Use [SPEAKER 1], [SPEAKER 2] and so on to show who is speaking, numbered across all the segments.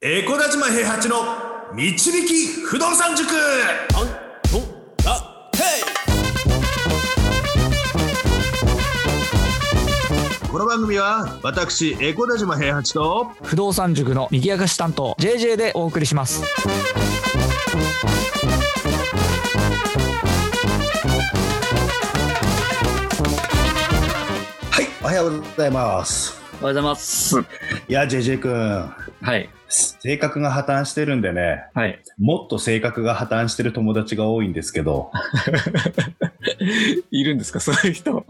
[SPEAKER 1] エコダ島平八の導き不動産塾
[SPEAKER 2] アントンラヘ
[SPEAKER 1] この番組は私エコダ島平八と
[SPEAKER 3] 不動産塾の右明かし担当 JJ でお送りします
[SPEAKER 4] はい、おはようございます。
[SPEAKER 2] イおはようございます
[SPEAKER 4] いや、JJ 君、
[SPEAKER 2] はい
[SPEAKER 4] 性格が破綻してるんでね、
[SPEAKER 2] はい
[SPEAKER 4] もっと性格が破綻してる友達が多いんですけ ど、
[SPEAKER 2] いるんですか そういう人、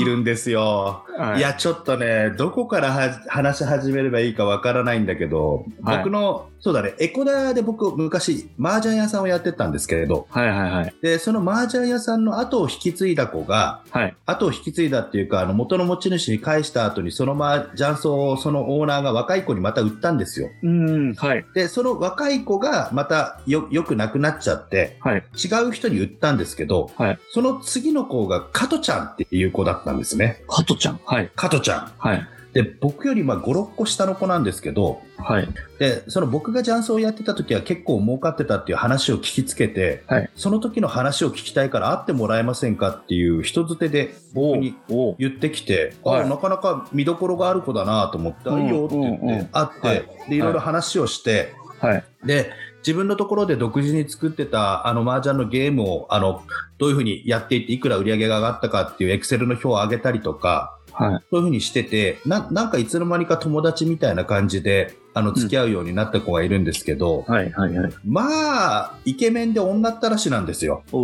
[SPEAKER 4] いるんですよ。
[SPEAKER 2] はい
[SPEAKER 4] や、ちょっとね、どこからは話し始めればいいかわからないんだけど、
[SPEAKER 2] はい
[SPEAKER 4] 僕の、そうだね、エコダで僕、昔、麻雀屋さんをやってたんですけれど、
[SPEAKER 2] はいはいはい
[SPEAKER 4] で、その麻雀屋さんの後を引き継いだ子が、
[SPEAKER 2] はい
[SPEAKER 4] 後を引き継いだっていうか、あの、元の持ち主に返した後に、その麻雀荘をそのオーナーが若い子にまた売ったんですよ。
[SPEAKER 2] うんはい
[SPEAKER 4] で、その若い子がまたよ、よくなくなっちゃって、
[SPEAKER 2] はい
[SPEAKER 4] 違う人に売ったんですけど、
[SPEAKER 2] はい
[SPEAKER 4] その次の子が加トちゃんっていう子だったんですね。
[SPEAKER 2] ハトちゃんはい
[SPEAKER 4] 加トちゃん。
[SPEAKER 2] はい
[SPEAKER 4] で、僕よりまあ5、6個下の子なんですけど、
[SPEAKER 2] はい
[SPEAKER 4] で、その僕が雀荘をやってた時は結構儲かってたっていう話を聞きつけて、
[SPEAKER 2] はい
[SPEAKER 4] その時の話を聞きたいから会ってもらえませんかっていう人づてで僕に
[SPEAKER 2] おお
[SPEAKER 4] 言ってきて、
[SPEAKER 2] はい
[SPEAKER 4] あなかなか見どころがある子だなと思って、あ
[SPEAKER 2] うん
[SPEAKER 4] いいよって言って、
[SPEAKER 2] うんうん
[SPEAKER 4] 会って、
[SPEAKER 2] はい
[SPEAKER 4] い、で、いろいろ話をして、
[SPEAKER 2] はい
[SPEAKER 4] で、自分のところで独自に作ってた、あの、麻雀のゲームを、あの、どういうふうにやっていって、いくら売り上げが上がったかっていうエクセルの表を上げたりとか、
[SPEAKER 2] はい
[SPEAKER 4] そういうふうにしてて、な、なんかいつの間にか友達みたいな感じで、あの、付き合うようになった子がいるんですけど、
[SPEAKER 2] はいはいはい
[SPEAKER 4] まあ、イケメンで女ったらしなんですよ。
[SPEAKER 2] おお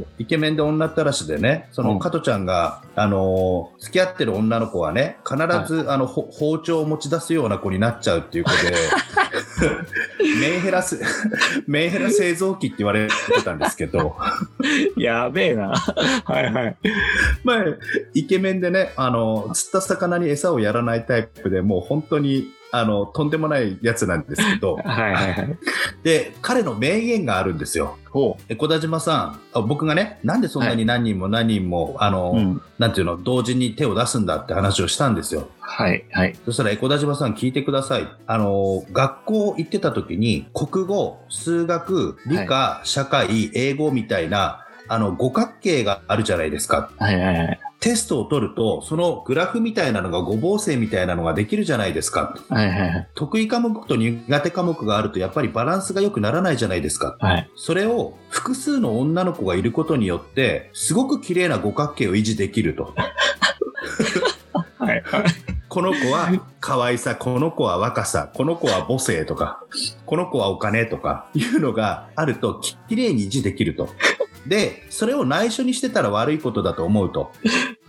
[SPEAKER 2] お
[SPEAKER 4] イケメンで女ったらしでね、そ
[SPEAKER 2] うん
[SPEAKER 4] の、加トちゃんが、あのー付き合ってる女の子はね、必ず、あの、ほ包丁を持ち出すような子になっちゃうっていう子で、メンヘラす、 メンヘラ製造機って言われてたんですけど、
[SPEAKER 2] やべえな はいはい
[SPEAKER 4] まあ、イケメンでね、あの、釣った魚に餌をやらないタイプでもう本当に、あの、とんでもないやつなんですけ ど、
[SPEAKER 2] はいはいはい
[SPEAKER 4] で、彼の名言があるんですよ。
[SPEAKER 2] お
[SPEAKER 4] え小田島さんあ、僕がね、なんでそんなに何人も何人も、あの、
[SPEAKER 2] うん
[SPEAKER 4] なんていうの、同時に手を出すんだって話をしたんですよ。
[SPEAKER 2] はいはい
[SPEAKER 4] そしたら、エコダ島さん聞いてください。あの、学校行ってた時に、国語、数学、理科、社会、英語みたいな、あの、五角形があるじゃないですか。
[SPEAKER 2] はいはいはい
[SPEAKER 4] テストを取ると、そのグラフみたいなのが五芒星みたいなのができるじゃないですか。
[SPEAKER 2] はいはい
[SPEAKER 4] 得意科目と苦手科目があると、やっぱりバランスが良くならないじゃないですか。
[SPEAKER 2] はい
[SPEAKER 4] それを複数の女の子がいることによって、すごく綺麗な五角形を維持できると。
[SPEAKER 2] はいはい
[SPEAKER 4] この子は可愛さ、この子は若さ、この子は母性とか、この子はお金とかいうのがあるとききれいに維持できると。で、それを内緒にしてたら悪いことだと思うと。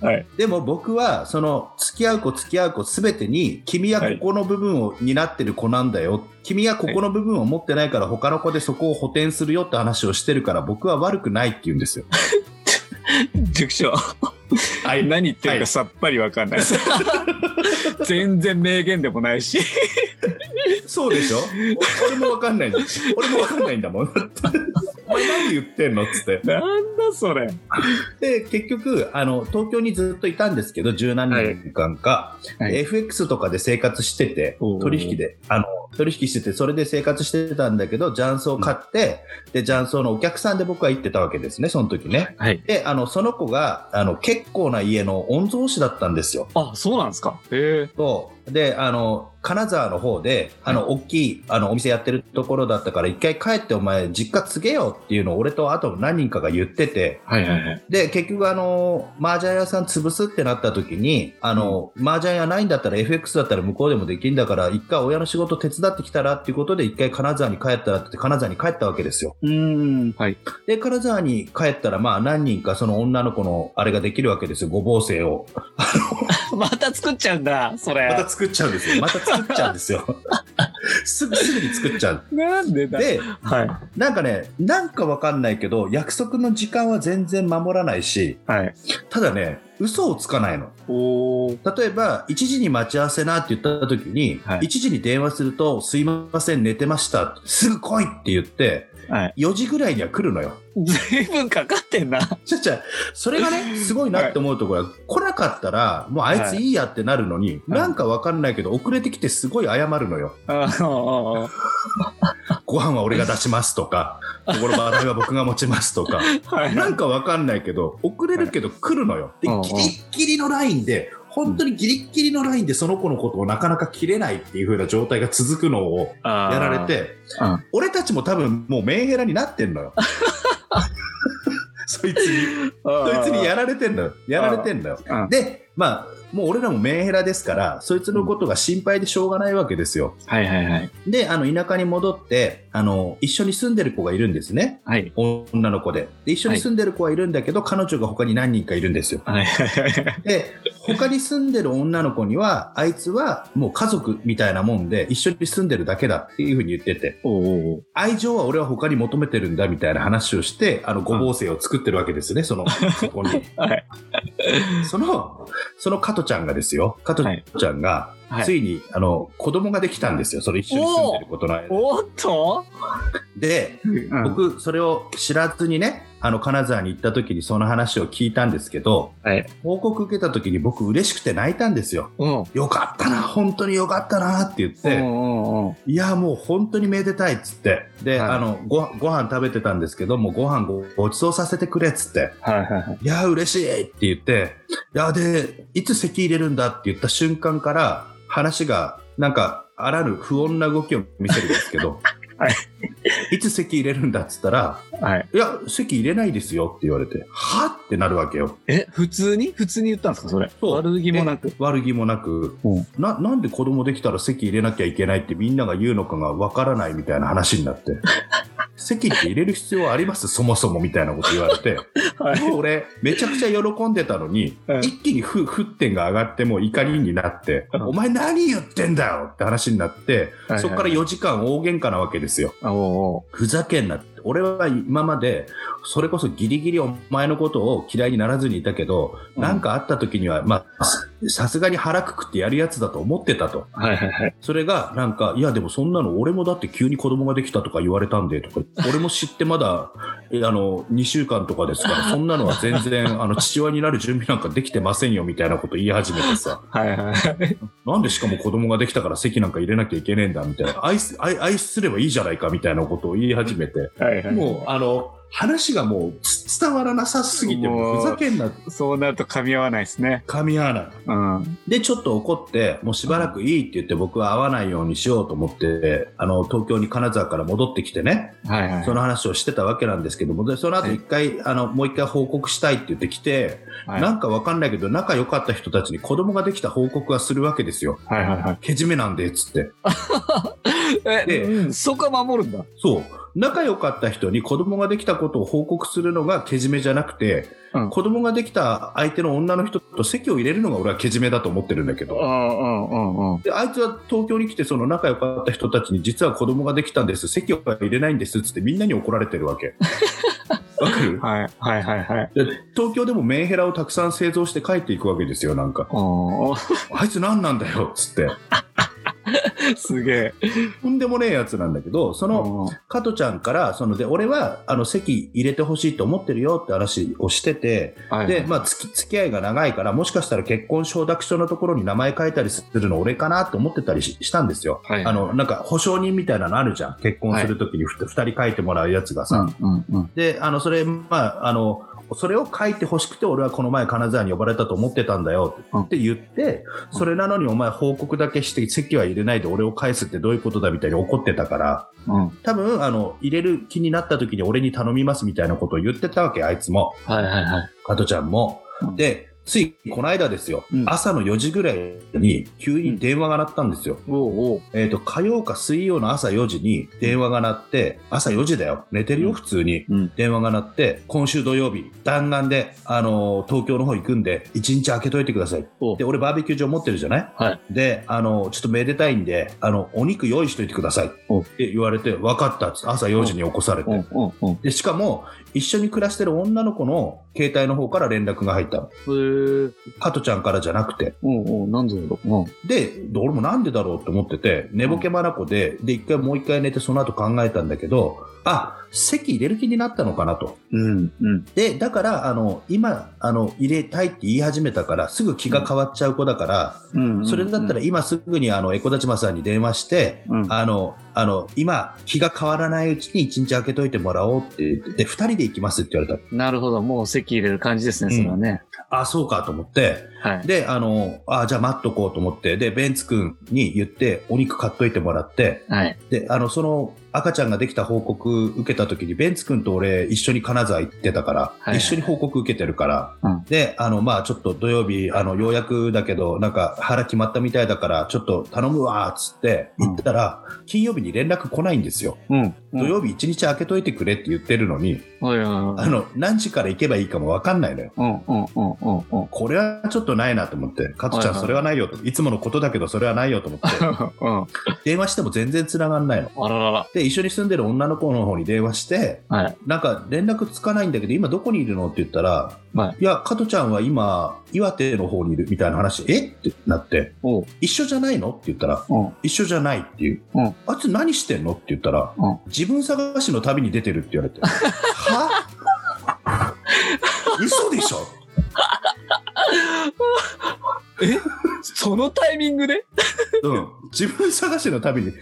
[SPEAKER 2] はい
[SPEAKER 4] でも僕は、その、付き合う子付き合う子すべてに、君はここの部分を担ってる子なんだよ。君はここの部分を持ってないから他の子でそこを補填するよって話をしてるから僕は悪くないって言うんですよ。
[SPEAKER 2] 塾長
[SPEAKER 4] はい
[SPEAKER 2] 何言ってる
[SPEAKER 4] は
[SPEAKER 2] か
[SPEAKER 4] い
[SPEAKER 2] さっぱりわかんない、全然名言でもないし
[SPEAKER 4] そうでしょお 俺もわかんない。俺もわかんないんだもん。 お前何言ってんのっつって。
[SPEAKER 2] なんだそれ
[SPEAKER 4] で、結局、あの、東京にずっといたんですけど、十何年間か、
[SPEAKER 2] はいはい
[SPEAKER 4] FX とかで生活してて
[SPEAKER 2] お、ー
[SPEAKER 4] 取引で、あの、取引してて、それで生活してたんだけど、雀荘を買って、で、雀荘のお客さんで僕は行ってたわけですね、その時ね。
[SPEAKER 2] はい
[SPEAKER 4] で、あの、その子が、あの、結構な家の御曹司だったんですよ。
[SPEAKER 2] あそうなんですかへ
[SPEAKER 4] そう。で、あの、金沢の方で、あの、大きい、あの、お店やってるところだったから、一回帰ってお前、実家継げよっていうのを俺とあと何人かが言ってて、
[SPEAKER 2] えはいはいはい
[SPEAKER 4] で、結局あの、麻雀屋さん潰すってなった時に、あの、麻雀屋ないんだったら FX だったら向こうでもできんだから、一回親の仕事手伝ってきたらっていうことで、一回金沢に帰ったらって言って金沢に帰ったわけですよ。
[SPEAKER 2] うーんはい
[SPEAKER 4] で、金沢に帰ったら、まあ何人かその女の子のあれができるわけですよ、ごぼう性を。
[SPEAKER 2] また作っちゃうんだ、それ。
[SPEAKER 4] また作っちゃうんですよ。また作っちゃうんです よ。すぐ、すぐに作っちゃう。
[SPEAKER 2] なんでだ
[SPEAKER 4] で、
[SPEAKER 2] はい。
[SPEAKER 4] なんかね、なんかわかんないけど、約束の時間は全然守らないし、
[SPEAKER 2] はい。
[SPEAKER 4] ただね、嘘をつかないの。
[SPEAKER 2] おー
[SPEAKER 4] 例えば、1時に待ち合わせなって言った時に、
[SPEAKER 2] はい
[SPEAKER 4] 1時に電話すると、すいません、寝てました。すぐ来いって言って、
[SPEAKER 2] はい。
[SPEAKER 4] 4時ぐらいには来るのよ。
[SPEAKER 2] 随分かかってんな。
[SPEAKER 4] ちゃちゃ、それがね、すごいなって思うところは、来なかったら、もうあいついいやってなるのに、なんかわかんないけど、遅れてきてすごい謝るのよ。
[SPEAKER 2] あー
[SPEAKER 4] ご飯は俺が出しますと か、ここの場合は僕が持ちますとか、
[SPEAKER 2] は い。
[SPEAKER 4] なんかわかんないけど、遅れるけど来るのよ。で
[SPEAKER 2] うんうん、
[SPEAKER 4] ギリッギリのラインで、本当にギリッギリのラインでその子のことをなかなか切れないっていう風な状態が続くのをや
[SPEAKER 2] や
[SPEAKER 4] られ。て
[SPEAKER 2] うん、
[SPEAKER 4] 俺たちも多分もうメンヘラになってんの よ。そいつに。そいつにやられてんだよ。やられてんだよ
[SPEAKER 2] うん。
[SPEAKER 4] で、まあ、もう俺らもメンヘラですから、そいつのことが心配でしょうがないわけですよ。
[SPEAKER 2] はいはいはい。
[SPEAKER 4] で、あの、田舎に戻って、あの、一緒に住んでる子がいるんですね。
[SPEAKER 2] はい。
[SPEAKER 4] 女の子で。で、一緒に住んでる子はいるんだけど、彼女が他に何人かいるんですよ。
[SPEAKER 2] はいはいはい。
[SPEAKER 4] で、他に住んでる女の子には、あいつはもう家族みたいなもんで、一緒に住んでるだけだっていうふうに言ってて、
[SPEAKER 2] おおー。
[SPEAKER 4] 愛情は俺は他に求めてるんだみたいな話をして、あの、ごぼう星を作ってるわけですね、その、そこに。
[SPEAKER 2] はい。
[SPEAKER 4] その、その加トちゃんがですよ、加トちゃんが、
[SPEAKER 2] はい
[SPEAKER 4] ついに、あの、子供ができたんですよ、その一緒に住んでることの間に
[SPEAKER 2] おっと
[SPEAKER 4] で、
[SPEAKER 2] 僕
[SPEAKER 4] 僕、それを知らずにね、あの、金沢に行った時にその話を聞いたんですけど、
[SPEAKER 2] はい。
[SPEAKER 4] 報告受けた時に僕嬉しくて泣いたんですよ。
[SPEAKER 2] うん。
[SPEAKER 4] よかったな、本当によかったなって言っ
[SPEAKER 2] うん
[SPEAKER 4] て、
[SPEAKER 2] うんうん。
[SPEAKER 4] いや、もう本当にめでたいっつって、で、
[SPEAKER 2] はい
[SPEAKER 4] あの、ご、ご飯食べてたんですけど、もうご飯ごごちそうさせてくれっつって、
[SPEAKER 2] はいはいはい。
[SPEAKER 4] いやー、嬉しいって言って、いやー、で、いつ席入れるんだって言った瞬間から、話が、なんか、あらぬ不穏な動きを見せるんですけど、、
[SPEAKER 2] はい
[SPEAKER 4] つ席入れるんだっつったら、
[SPEAKER 2] はい。
[SPEAKER 4] いや、席入れないですよって言われて、はってなるわけよ。
[SPEAKER 2] え、普通に普通に言ったんですかそれ。
[SPEAKER 4] そう
[SPEAKER 2] 悪気もなく。
[SPEAKER 4] 悪気もなく、
[SPEAKER 2] うん
[SPEAKER 4] な、なんで子供できたら席入れなきゃいけないってみんなが言うのかがわからないみたいな話にな って、席って入れる必要ありますそもそもみたいなこと言われて、
[SPEAKER 2] は
[SPEAKER 4] もう俺、めちゃくちゃ喜んでたのに、
[SPEAKER 2] うん
[SPEAKER 4] 一気にふ沸点が上がって、もう怒りになって、
[SPEAKER 2] うん
[SPEAKER 4] お前何言ってんだよって話になって、
[SPEAKER 2] い。
[SPEAKER 4] そこから4時間大喧嘩なわけですよ。
[SPEAKER 2] あ、お
[SPEAKER 4] ふざけんなって。俺は今まで、それこそギリギリお前のことを嫌いにならずにいたけど、
[SPEAKER 2] うん
[SPEAKER 4] なんかあった時には、まあ、ささすがに腹くくってやるやつだと思ってたと。
[SPEAKER 2] お。はいはいはい。
[SPEAKER 4] それが、なんか、いや、でもそんなの俺もだって急に子供ができたとか言われたんで、とか、俺も知ってまだ、えあの、2週間とかです から、そんなのは全然、あの、父親になる準備なんかできてませんよ、みたいなこと言い始めてさ、
[SPEAKER 2] はいはい。
[SPEAKER 4] なんでしかも子供ができたから席なんか入れなきゃいけねえんだ、みたいな、愛す、愛愛すればいいじゃないか、みたいなことを言い始めて、
[SPEAKER 2] はいはい。
[SPEAKER 4] もう、あの、話がもうつ伝わらなさすぎて、
[SPEAKER 2] も
[SPEAKER 4] も
[SPEAKER 2] う
[SPEAKER 4] うふざけんな、
[SPEAKER 2] そうなると噛み合わないですね。
[SPEAKER 4] 噛み合わない。
[SPEAKER 2] うん。
[SPEAKER 4] で、ちょっと怒って、もうしばらくいいって言って僕は会わないようにしようと思って、あの、東京に金沢から戻ってきてね、
[SPEAKER 2] はいはい。
[SPEAKER 4] その話をしてたわけなんですけども、で、その後一回、あの、もう一回報告したいって言ってきて、
[SPEAKER 2] はい
[SPEAKER 4] なんかわかんないけど、仲良かった人たちに子供ができた報告はするわけですよ。
[SPEAKER 2] はいはいは
[SPEAKER 4] けじめなんで、つって。
[SPEAKER 2] い。え、
[SPEAKER 4] で
[SPEAKER 2] うんそこは守るんだ。
[SPEAKER 4] そう。仲良かった人に子供ができたことを報告するのがけじめじゃなくて、
[SPEAKER 2] うん
[SPEAKER 4] 子供ができた相手の女の人と席を入れるのが俺はけじめだと思ってるんだけど。
[SPEAKER 2] んうんうんうん。
[SPEAKER 4] で、あいつは東京に来て、その仲良かった人たちに、実は子供ができたんです、席を入れないんですっつって、みんなに怒られてるわ け。わかる
[SPEAKER 2] はいはいはいはい。
[SPEAKER 4] で東京でもメンヘラをたくさん製造して帰っていくわけですよ、なんか。
[SPEAKER 2] おー
[SPEAKER 4] あいつ何なんだよ、つって。
[SPEAKER 2] すげえ。
[SPEAKER 4] とんでもねえやつなんだけど、その、
[SPEAKER 2] うん
[SPEAKER 4] 加トちゃんから、その、で、俺は、あの、席入れてほしいと思ってるよって話をしてて、
[SPEAKER 2] はい
[SPEAKER 4] で、まあ、付き、付き合いが長いから、もしかしたら結婚承諾書のところに名前書いたりするの俺かなと思ってたりししたんですよ。
[SPEAKER 2] はい
[SPEAKER 4] あの、なんか、保証人みたいなのあるじゃん。結婚するときにふた二、人書いてもらうやつがさ。
[SPEAKER 2] うんうんうん。
[SPEAKER 4] で、あの、それ、まあ、あの、それを書いて欲しくて、俺はこの前金沢に呼ばれたと思ってたんだよ
[SPEAKER 2] うん
[SPEAKER 4] って言って、それなのにお前報告だけして席は入れないで俺を返すってどういうことだみたいに怒ってたから、
[SPEAKER 2] うん。
[SPEAKER 4] 多分、あの、入れる気になった時に俺に頼みますみたいなことを言ってたわけ、あいつも。
[SPEAKER 2] はいはいはい。
[SPEAKER 4] 加トちゃんも
[SPEAKER 2] うん。
[SPEAKER 4] で、ついこの間ですよ、
[SPEAKER 2] うん
[SPEAKER 4] 朝の4時ぐらいに急に電話が鳴ったんですよ。
[SPEAKER 2] おおう
[SPEAKER 4] えっ、と、火曜か水曜の朝4時に電話が鳴って、朝4時だよ。寝てる
[SPEAKER 2] うん
[SPEAKER 4] よ、普通に。
[SPEAKER 2] うん。
[SPEAKER 4] 電話が鳴って、今週土曜日、弾丸で、あのー東京の方行くんで、1日開けといてください
[SPEAKER 2] お。
[SPEAKER 4] で、俺バーベキュー場持ってるじゃない
[SPEAKER 2] はい。
[SPEAKER 4] で、あのーちょっとめでたいんで、あの、お肉用意しといてください。
[SPEAKER 2] お
[SPEAKER 4] って言われて、分かったっつって。朝4時に起こされ
[SPEAKER 2] お
[SPEAKER 4] て。
[SPEAKER 2] うおうおう
[SPEAKER 4] で、しかも、一緒に暮らしてる女の子の携帯の方から連絡が入ったの。
[SPEAKER 5] へー
[SPEAKER 4] 加トちゃんからじゃなくて。
[SPEAKER 5] うんうん、なんでだろう。うん。
[SPEAKER 4] で、俺もなんでだろうって思ってて、寝ぼけまなこで、で、一回もう一回寝て、その後考えたんだけど、あ、席入れる気になったのかなと。
[SPEAKER 5] うん、うん。
[SPEAKER 4] で、だから、あの、今、あの、入れたいって言い始めたから、すぐ気が変わっちゃう子だから、
[SPEAKER 5] うんうん
[SPEAKER 4] それだったら、今すぐに、あの、エコダチマさんに電話して、
[SPEAKER 5] うん
[SPEAKER 4] あの、あの、今、気が変わらないうちに一日開けといてもらおうって言って、で、二人で行きますって言われた。
[SPEAKER 5] なるほど。もう席入れる感じですね、それはね。
[SPEAKER 4] あ、そうかと思って、
[SPEAKER 5] はい。
[SPEAKER 4] で、あの、あ、じゃあ待っとこうと思って、で、ベンツ君に言って、お肉買っといてもらって、
[SPEAKER 5] はい。
[SPEAKER 4] で、あの、その赤ちゃんができた報告受けた時に、ベンツ君と俺一緒に金沢行ってたから、
[SPEAKER 5] はい
[SPEAKER 4] 一緒に報告受けてるから、
[SPEAKER 5] うん
[SPEAKER 4] で、あの、まあちょっと土曜日、あの、ようやくだけど、なんか腹決まったみたいだから、ちょっと頼むわ、つって言ったら、金曜日に連絡来ないんですよ。
[SPEAKER 5] うん。
[SPEAKER 4] 土曜日一日開けといてくれって言ってるのに、
[SPEAKER 5] はいはいは
[SPEAKER 4] あの、何時から行けばいいかもわかんないのよ。
[SPEAKER 5] い。うん、うん、うん、うん、うん。
[SPEAKER 4] これはちょっとないなと思って、加トちゃ
[SPEAKER 5] はい
[SPEAKER 4] ん
[SPEAKER 5] はい
[SPEAKER 4] それはないよと、いつものことだけどそれはないよと 思って、
[SPEAKER 5] うん。
[SPEAKER 4] 電話しても全然繋がんないの。
[SPEAKER 5] あららら。
[SPEAKER 4] で、一緒に住んでる女の子の方に電話して、
[SPEAKER 5] はい。
[SPEAKER 4] なんか連絡つかないんだけど、今どこにいるのって言ったら、、
[SPEAKER 5] はい
[SPEAKER 4] や、加トちゃんは今、岩手の方にいるみたいな話、えってなって、
[SPEAKER 5] おう。
[SPEAKER 4] 一緒じゃないのって言ったら、
[SPEAKER 5] うん。
[SPEAKER 4] 一緒じゃないっていう。
[SPEAKER 5] うん
[SPEAKER 4] あいつ何してんのって言ったら、
[SPEAKER 5] うん
[SPEAKER 4] 自分探しの旅に出てるって言われて。 は嘘でしょ
[SPEAKER 2] そのタイミングで
[SPEAKER 4] うん、自分探しのために、え、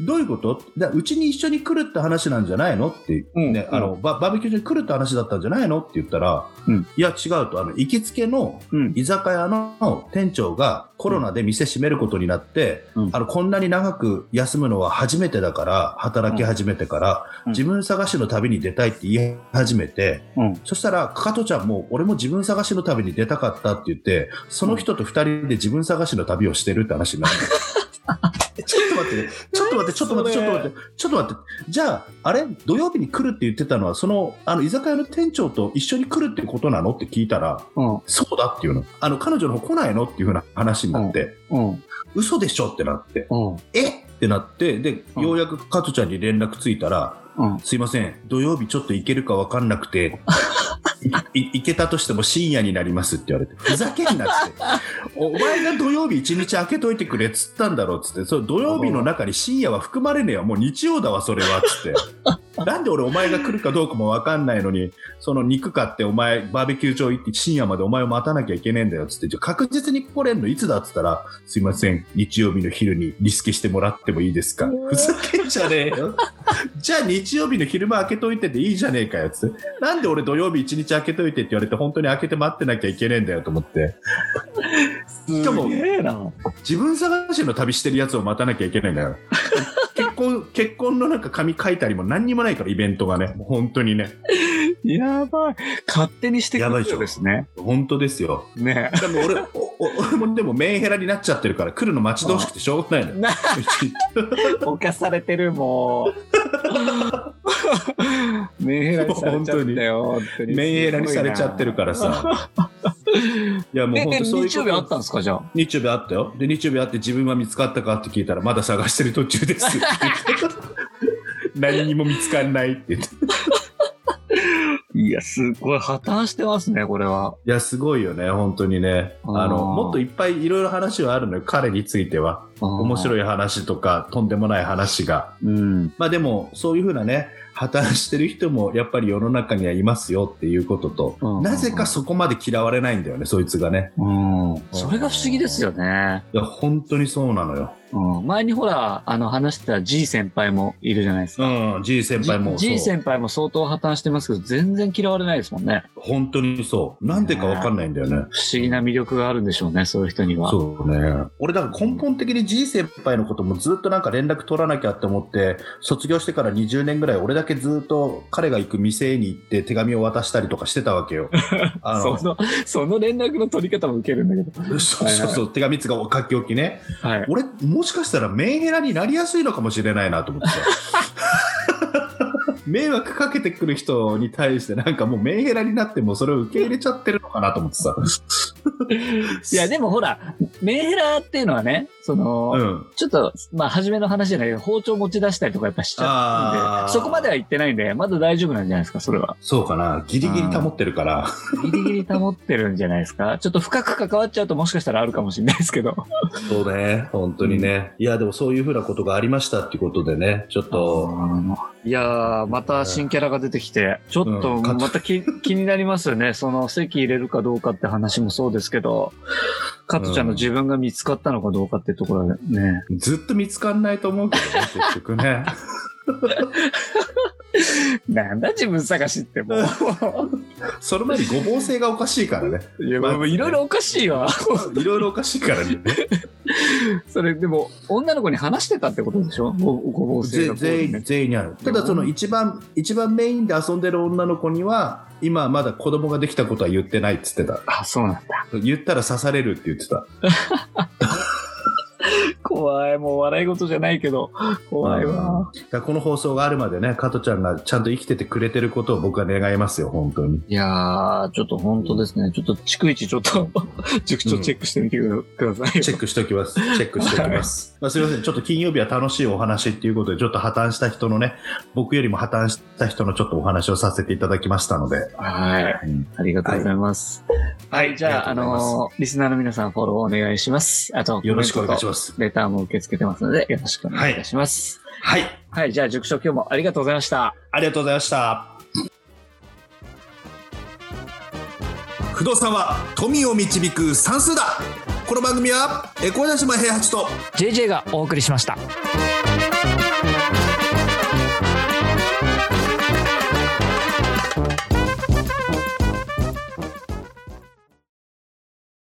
[SPEAKER 4] どういうことだうちに一緒に来るって話なんじゃないのって、
[SPEAKER 5] うん
[SPEAKER 4] ねあのバ、バーベキュー場に来るって話だったんじゃないのって言ったら、
[SPEAKER 5] うん
[SPEAKER 4] いや、違うと、あの、行きつけの
[SPEAKER 5] うん。
[SPEAKER 4] 居酒屋の店長がコロナで店閉めることになって、
[SPEAKER 5] うん
[SPEAKER 4] あの、こんなに長く休むのは初めてだから、働き始めてから、
[SPEAKER 5] うん
[SPEAKER 4] 自分探しの旅に出たいって言い始めて、
[SPEAKER 5] うん。
[SPEAKER 4] そしたら、かかとちゃんも、俺も自分探しの旅に出たかったって言って、その人と二人で自分探しの旅をしてるって話に なる。ちょっと待って、ちょっと待って、ちょっと待って、ちょっと待って、ちょっと待って。じゃあ、あれ土曜日に来るって言ってたのは、その、あの、居酒屋の店長と一緒に来るってことなのって聞いたら、
[SPEAKER 5] うん。
[SPEAKER 4] そうだっていうの。あの、彼女の方来ないのっていうふうな話になって、
[SPEAKER 5] うん。
[SPEAKER 4] 嘘でしょってなって、
[SPEAKER 5] うん。
[SPEAKER 4] えってなって、で、
[SPEAKER 5] うん
[SPEAKER 4] ようやくかとちゃんに連絡ついたら、
[SPEAKER 5] うん。
[SPEAKER 4] すいません、土曜日ちょっと行けるか分かんなく て、いい行けたとしても深夜になりますって言われて、ふざけんなっつって、お前が土曜日一日開けといてくれっつったんだろうっつって、その土曜日の中に深夜は含まれねえよ、もう日曜だわ、それはっ つって。なんで俺お前が来るかどうかも分かんないのに、その肉買ってお前バーベキュー場行って深夜までお前を待たなきゃいけねえんだよっつって、じゃあ確実に来れんのいつだっつったら、すいません、日曜日の昼にリスケしてもらってもいいですか。ふざけんじゃねえよ。じゃあ日曜日の昼間開けといてていいじゃねえかよっつって。なんで俺土曜日一日開けといてって言われて本当に開けて待ってなきゃいけねえんだよと思って。しかも
[SPEAKER 5] すげえな。
[SPEAKER 4] 自分探しの旅してるやつを待たなきゃいけないんだよ。結婚、結婚のなんか紙書いたりも何にもないからイベントがね。もう本当にね。
[SPEAKER 2] やばい。勝手にしてく
[SPEAKER 4] やばい
[SPEAKER 2] る
[SPEAKER 4] でし
[SPEAKER 2] 人
[SPEAKER 4] ょ
[SPEAKER 2] ですね。
[SPEAKER 4] 本当ですよ。
[SPEAKER 2] ね
[SPEAKER 4] でも俺、おお 俺もでもメンヘラになっちゃってるから来るの待ち遠しくてしょうがないのよ。
[SPEAKER 2] な
[SPEAKER 5] 犯されてる、も
[SPEAKER 2] メンヘラにされちゃったよ。本当 に
[SPEAKER 4] メンヘラにされちゃってるからさ。いやもう
[SPEAKER 5] え、
[SPEAKER 4] 本当そういうこと
[SPEAKER 5] 日曜日あったんですか、じゃあ。
[SPEAKER 4] 日曜日あったよ。で、日曜日あって自分は見つかったかって聞いたら、まだ探してる途中ですって言って。 何にも見つかんないって言って。い
[SPEAKER 5] いや、すごい破綻してますね、これは。
[SPEAKER 4] や、すごいよね、本当にね。あの、
[SPEAKER 5] あー
[SPEAKER 4] もっといっぱいいろいろ話はあるのよ、彼については。面
[SPEAKER 5] い。
[SPEAKER 4] 白い話とか、とんでもない話が。
[SPEAKER 5] うん。
[SPEAKER 4] まあでも、そういうふうなね、破綻してる人もやっぱり世の中にはいますよっていうことと、
[SPEAKER 5] うん
[SPEAKER 4] なぜかそこまで嫌われないんだよね、そいつがね。
[SPEAKER 5] うん。それが不思議ですよね。
[SPEAKER 4] いや、本当にそうなのよ。
[SPEAKER 5] うん。前にほら、あの、話してた G 先輩もいるじゃないですか。
[SPEAKER 4] うん、G 先輩もそう。
[SPEAKER 5] G 先輩も相当破綻してますけど、全然嫌われないですもんね。
[SPEAKER 4] 本当にそう。なんでかわかんないんだよね。
[SPEAKER 5] 不思議な魅力があるんでしょうね、そういう人には。
[SPEAKER 4] そうね。俺、だから根本的に G 先輩のこともずっとなんか連絡取らなきゃって思って、卒業してから20年ぐらい俺だけずっと彼が行く店に行って手紙を渡したりとかしてたわけよ。あの、
[SPEAKER 2] その、その連絡の取り方も受けるんだけど。
[SPEAKER 4] そうそうそう、手紙つか書き置きね。
[SPEAKER 2] はい。
[SPEAKER 4] 俺、もしかしたらメンヘラになりやすいのかもしれないなと思って た迷惑かけてくる人に対してなんかもうメンヘラになってもうそれを受け入れちゃってるのかなと思ってさ。
[SPEAKER 5] いや、でもほら、
[SPEAKER 2] メンヘラっていうのはね、その、
[SPEAKER 4] うん。
[SPEAKER 2] ちょっと、まあ、初めの話じゃないけど、包丁持ち出したりとかやっぱしちゃ
[SPEAKER 4] あ
[SPEAKER 2] う
[SPEAKER 4] ー
[SPEAKER 2] んで、そこまでは行ってないんで、まだ大丈夫なんじゃないですか、それは。
[SPEAKER 4] そうかな。ギリギリ保ってるから。
[SPEAKER 2] ギリギリ保ってるんじゃないですか。 ちょっと深く関わっちゃうともしかしたらあるかもしれないですけど。
[SPEAKER 4] そうね。本当にね。いや、でもそういうふうなことがありましたっていうことでね。ちょっと、
[SPEAKER 2] いやー、また新キャラが出てきて、ちょっと
[SPEAKER 4] うん
[SPEAKER 2] またき、 気になりますよね。その席入れるかどうかって話もそうですけど、加トちゃんの自分が見つかったのかどうかってところだよね。
[SPEAKER 4] ずっと見つかんないと思うけどね、結局 ね。
[SPEAKER 2] なんだ自分探しっても
[SPEAKER 4] その前にごぼう性がおかしい からね。
[SPEAKER 2] う。いや、もういろいろおかしいわ。
[SPEAKER 4] いろいろおかしいからね。
[SPEAKER 2] それでも、女の子に話してたってことでしょごごぼう性
[SPEAKER 4] ぜ
[SPEAKER 2] が
[SPEAKER 4] 全員、全員にある。ただその一番、一番メインで遊んでる女の子には、今まだ子供ができたことは言ってないっつってた。
[SPEAKER 2] あ、そうなんだ。
[SPEAKER 4] 言ったら刺されるって言ってた。
[SPEAKER 2] 怖い。もう笑い事じゃないけど、怖いわ。
[SPEAKER 4] だからこの放送があるまでね、加トちゃんがちゃんと生きててくれてることを僕は願いますよ、本当に。
[SPEAKER 2] いやー、ちょっと本当ですね。ちょっと、逐一ちょっと、塾長チェックしてみてくださいよ。
[SPEAKER 4] チェックしておきます。 チェックしておきます。まあ、すいません。ちょっと金曜日は楽しいお話っていうことで、ちょっと破綻した人のね、僕よりも破綻した人のちょっとお話をさせていただきましたので。
[SPEAKER 2] はい。
[SPEAKER 4] うん
[SPEAKER 2] ありがとうございます。はい、じゃあ、あ
[SPEAKER 4] ありがとうござい
[SPEAKER 2] のー、リスナーの皆さんフォローお願いします。あと、
[SPEAKER 4] よろしくお願いし
[SPEAKER 2] ま
[SPEAKER 4] ます。。
[SPEAKER 2] レターも受け付けてますので、よろしくお願いいたします。
[SPEAKER 4] はい。
[SPEAKER 2] はい、じゃあ、塾長今日もありがとうございました。
[SPEAKER 4] ありがとうございました。
[SPEAKER 1] 不動産は富を導く算数だこの番組はえ小林島平八と
[SPEAKER 3] JJ がお送りしました